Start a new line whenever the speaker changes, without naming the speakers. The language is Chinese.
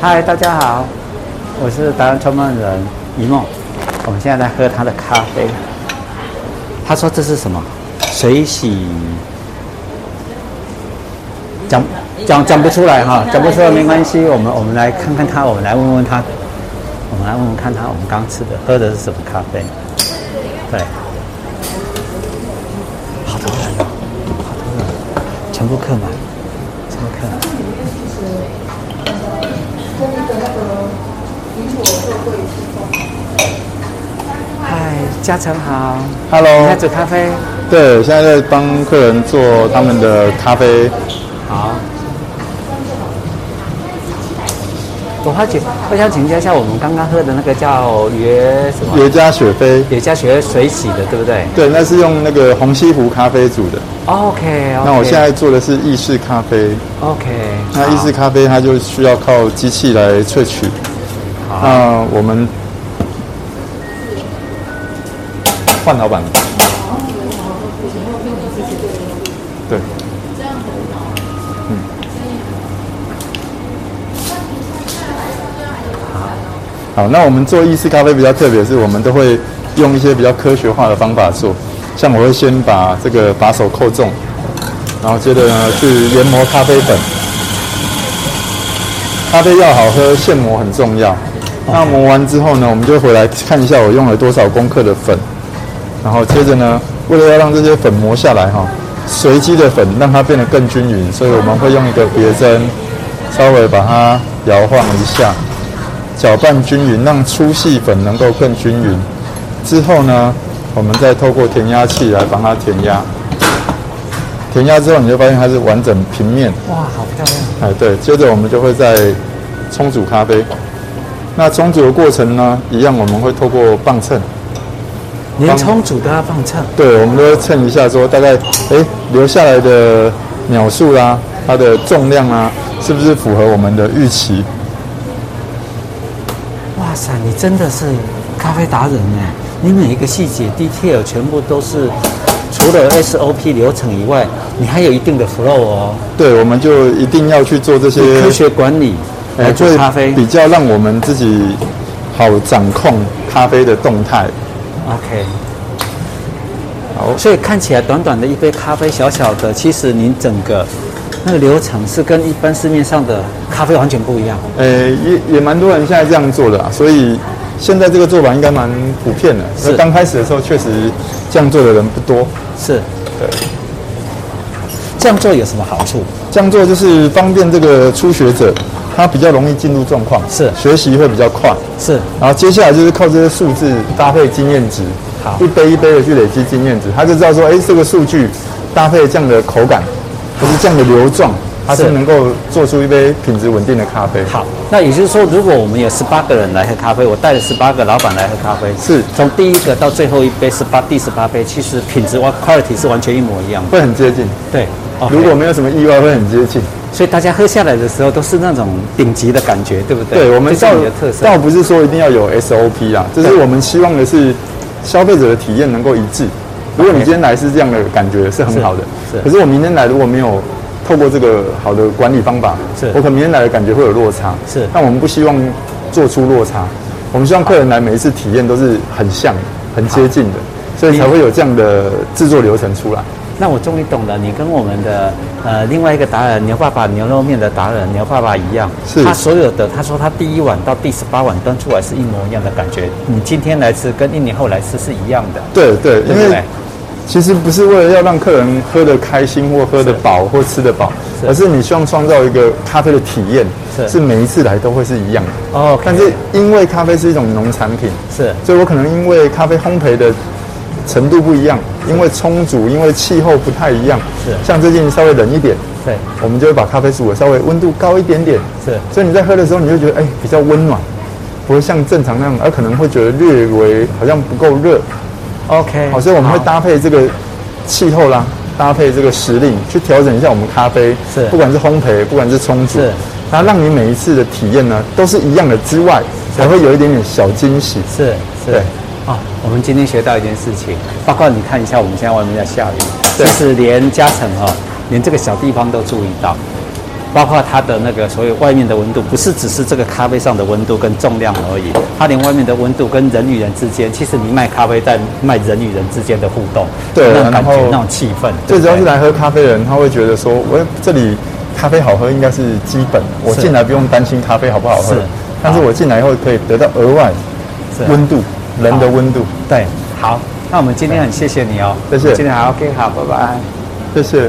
嗨，大家好，我是达人创办人一梦，我们现在来喝他的咖啡。他说这是什么？水洗？讲讲讲不出来哈，讲不出来没关系，我们我们来看看他，我们来问问他，我们来问问看他，我们刚吃的喝的是什么咖啡？对，好多人哦，好多人，全部客满，全部客满。嗨，嘉诚好，你在
Hello，
煮咖啡？
对，现在在帮客人做他们的咖啡。
好。我好奇，我想请教一下，我们刚刚喝的那个叫约什么？
耶加雪菲，
也加学水洗的，对不对
对，那是用那个红西湖咖啡煮的。
？OK，
那我现在做的是意式咖啡。
OK，
那意式咖啡它就需要靠机器来萃取。那我们换老板。对，嗯好，那我们做意式咖啡比较特别，是我们都会用一些比较科学化的方法做，像我会先把这个把手扣中，然后接着呢去研磨咖啡粉。咖啡要好喝，现磨很重要。那磨完之后呢，我们就回来看一下我用了多少公克的粉，然后接着呢，为了要让这些粉磨下来哈、随机的粉让它变得更均匀，所以我们会用一个别针稍微把它摇晃一下，搅拌均匀，让粗细粉能够更均匀。之后呢，我们再透过填压器来帮它填压。填压之后，你就发现它是完整平面。
哇，好漂亮！
哎，对，接着我们就会在冲煮咖啡。那冲煮的过程呢，一样我们会透过磅秤，
连冲煮都要放秤，
对，我们都会称一下说大概，哎，留下来的秒数啦、它的重量啊，是不是符合我们的预期？
哇塞，你真的是咖啡达人哎！你每一个细节 detail 全部都是，除了 SOP 流程以外，你还有一定的 flow 哦，
对，我们就一定要去做这些
科学管理来
哎
做
会
咖啡。
比较让我们自己好掌控咖啡的动态。
OK，
好
所以看起来短短的一杯咖啡，小小的，其实您整个那个流程是跟一般市面上的咖啡完全不一样。
呃、也也蛮多人现在这样做的啊，所以现在这个做法应该蛮普遍的。
是
那刚开始的时候确实这样做的人不多，
是
对，
这样做有什么好处？
这样做就是方便这个初学者，他比较容易进入状况，
是
学习会比较快。
是
然后接下来就是靠这些数字搭配经验值，
好
一杯一杯的去累积经验值，他就知道说，哎，这个数据搭配这样的口感，或是这样的流状，它
是
是能够做出一杯品质稳定的咖啡。
好，那也就是说，如果我们有十八个人来喝咖啡，我带了十八个老板来喝咖啡，
是
从第一个到最后一杯十八第十八杯，其实品质 quality 是完全一模一样的。
会很接近，
对，
如果没有什么意外，会很接近。
所以大家喝下来的时候都是那种顶级的感觉，对不对？
对，我们
这
倒
是你的特色。
倒不是说一定要有 SOP 啊，就是我们希望的是消费者的体验能够一致。如果你
OK
今天来是这样的感觉，是
是
很好的。
是
可是我明天来如果没有透过这个好的管理方法，
是
我可能明天来的感觉会有落差。
是
但我们不希望做出落差，我们希望客人来每一次体验都是很像、很接近的，所以才会有这样的制作流程出来。
那我终于懂了，你跟我们的呃另外一个达人牛爸爸牛肉面的达人牛爸爸一样，
是
他所有的他说他第一碗到第十八碗端出来是一模一样的感觉，你今天来吃跟一年后来吃是一样的，
对对，
对
因
不
为
对？
其实不是为了要让客人喝得开心或喝得饱或吃得饱，
是
而是你希望创造一个咖啡的体验，
是
是每一次来都会是一样的。
哦，
但是因为咖啡是一种农产品，
是
所以我可能因为咖啡烘焙的程度不一样，因为冲煮，因为气候不太一样，
是
像最近稍微冷一点，
对
我们就会把咖啡煮的稍微温度高一点点，
是
所以你在喝的时候，你就觉得哎、比较温暖，不会像正常那样，而可能会觉得略微好像不够热，
，OK，
好，所以我们会搭配这个气候啦，搭配这个时令，去调整一下我们咖啡，
是
不管是烘焙，不管是冲煮
是，
它让你每一次的体验呢都是一样的之外，才会有一点点小惊喜。
是是
对
啊、我们今天学到一件事情，包括你看一下，我们现在外面在下雨，
对
啊其实连嘉诚哦，连这个小地方都注意到。包括它的那个所谓外面的温度，不是只是这个咖啡上的温度跟重量而已，它连外面的温度跟人与人之间，其实你卖咖啡在卖人与人之间的互动，
对
那种感觉
然后
那种气氛，
最主要是
对
来喝咖啡的人，他会觉得说，我这里咖啡好喝应该是基本，我
是
进来不用担心咖啡好不好喝
是，
但是我进来以后可以得到额外
是
温度，人的温度。
不对对，好，那我们今天很谢谢你哦，
谢谢
今天好，OK，好，拜拜。
谢谢。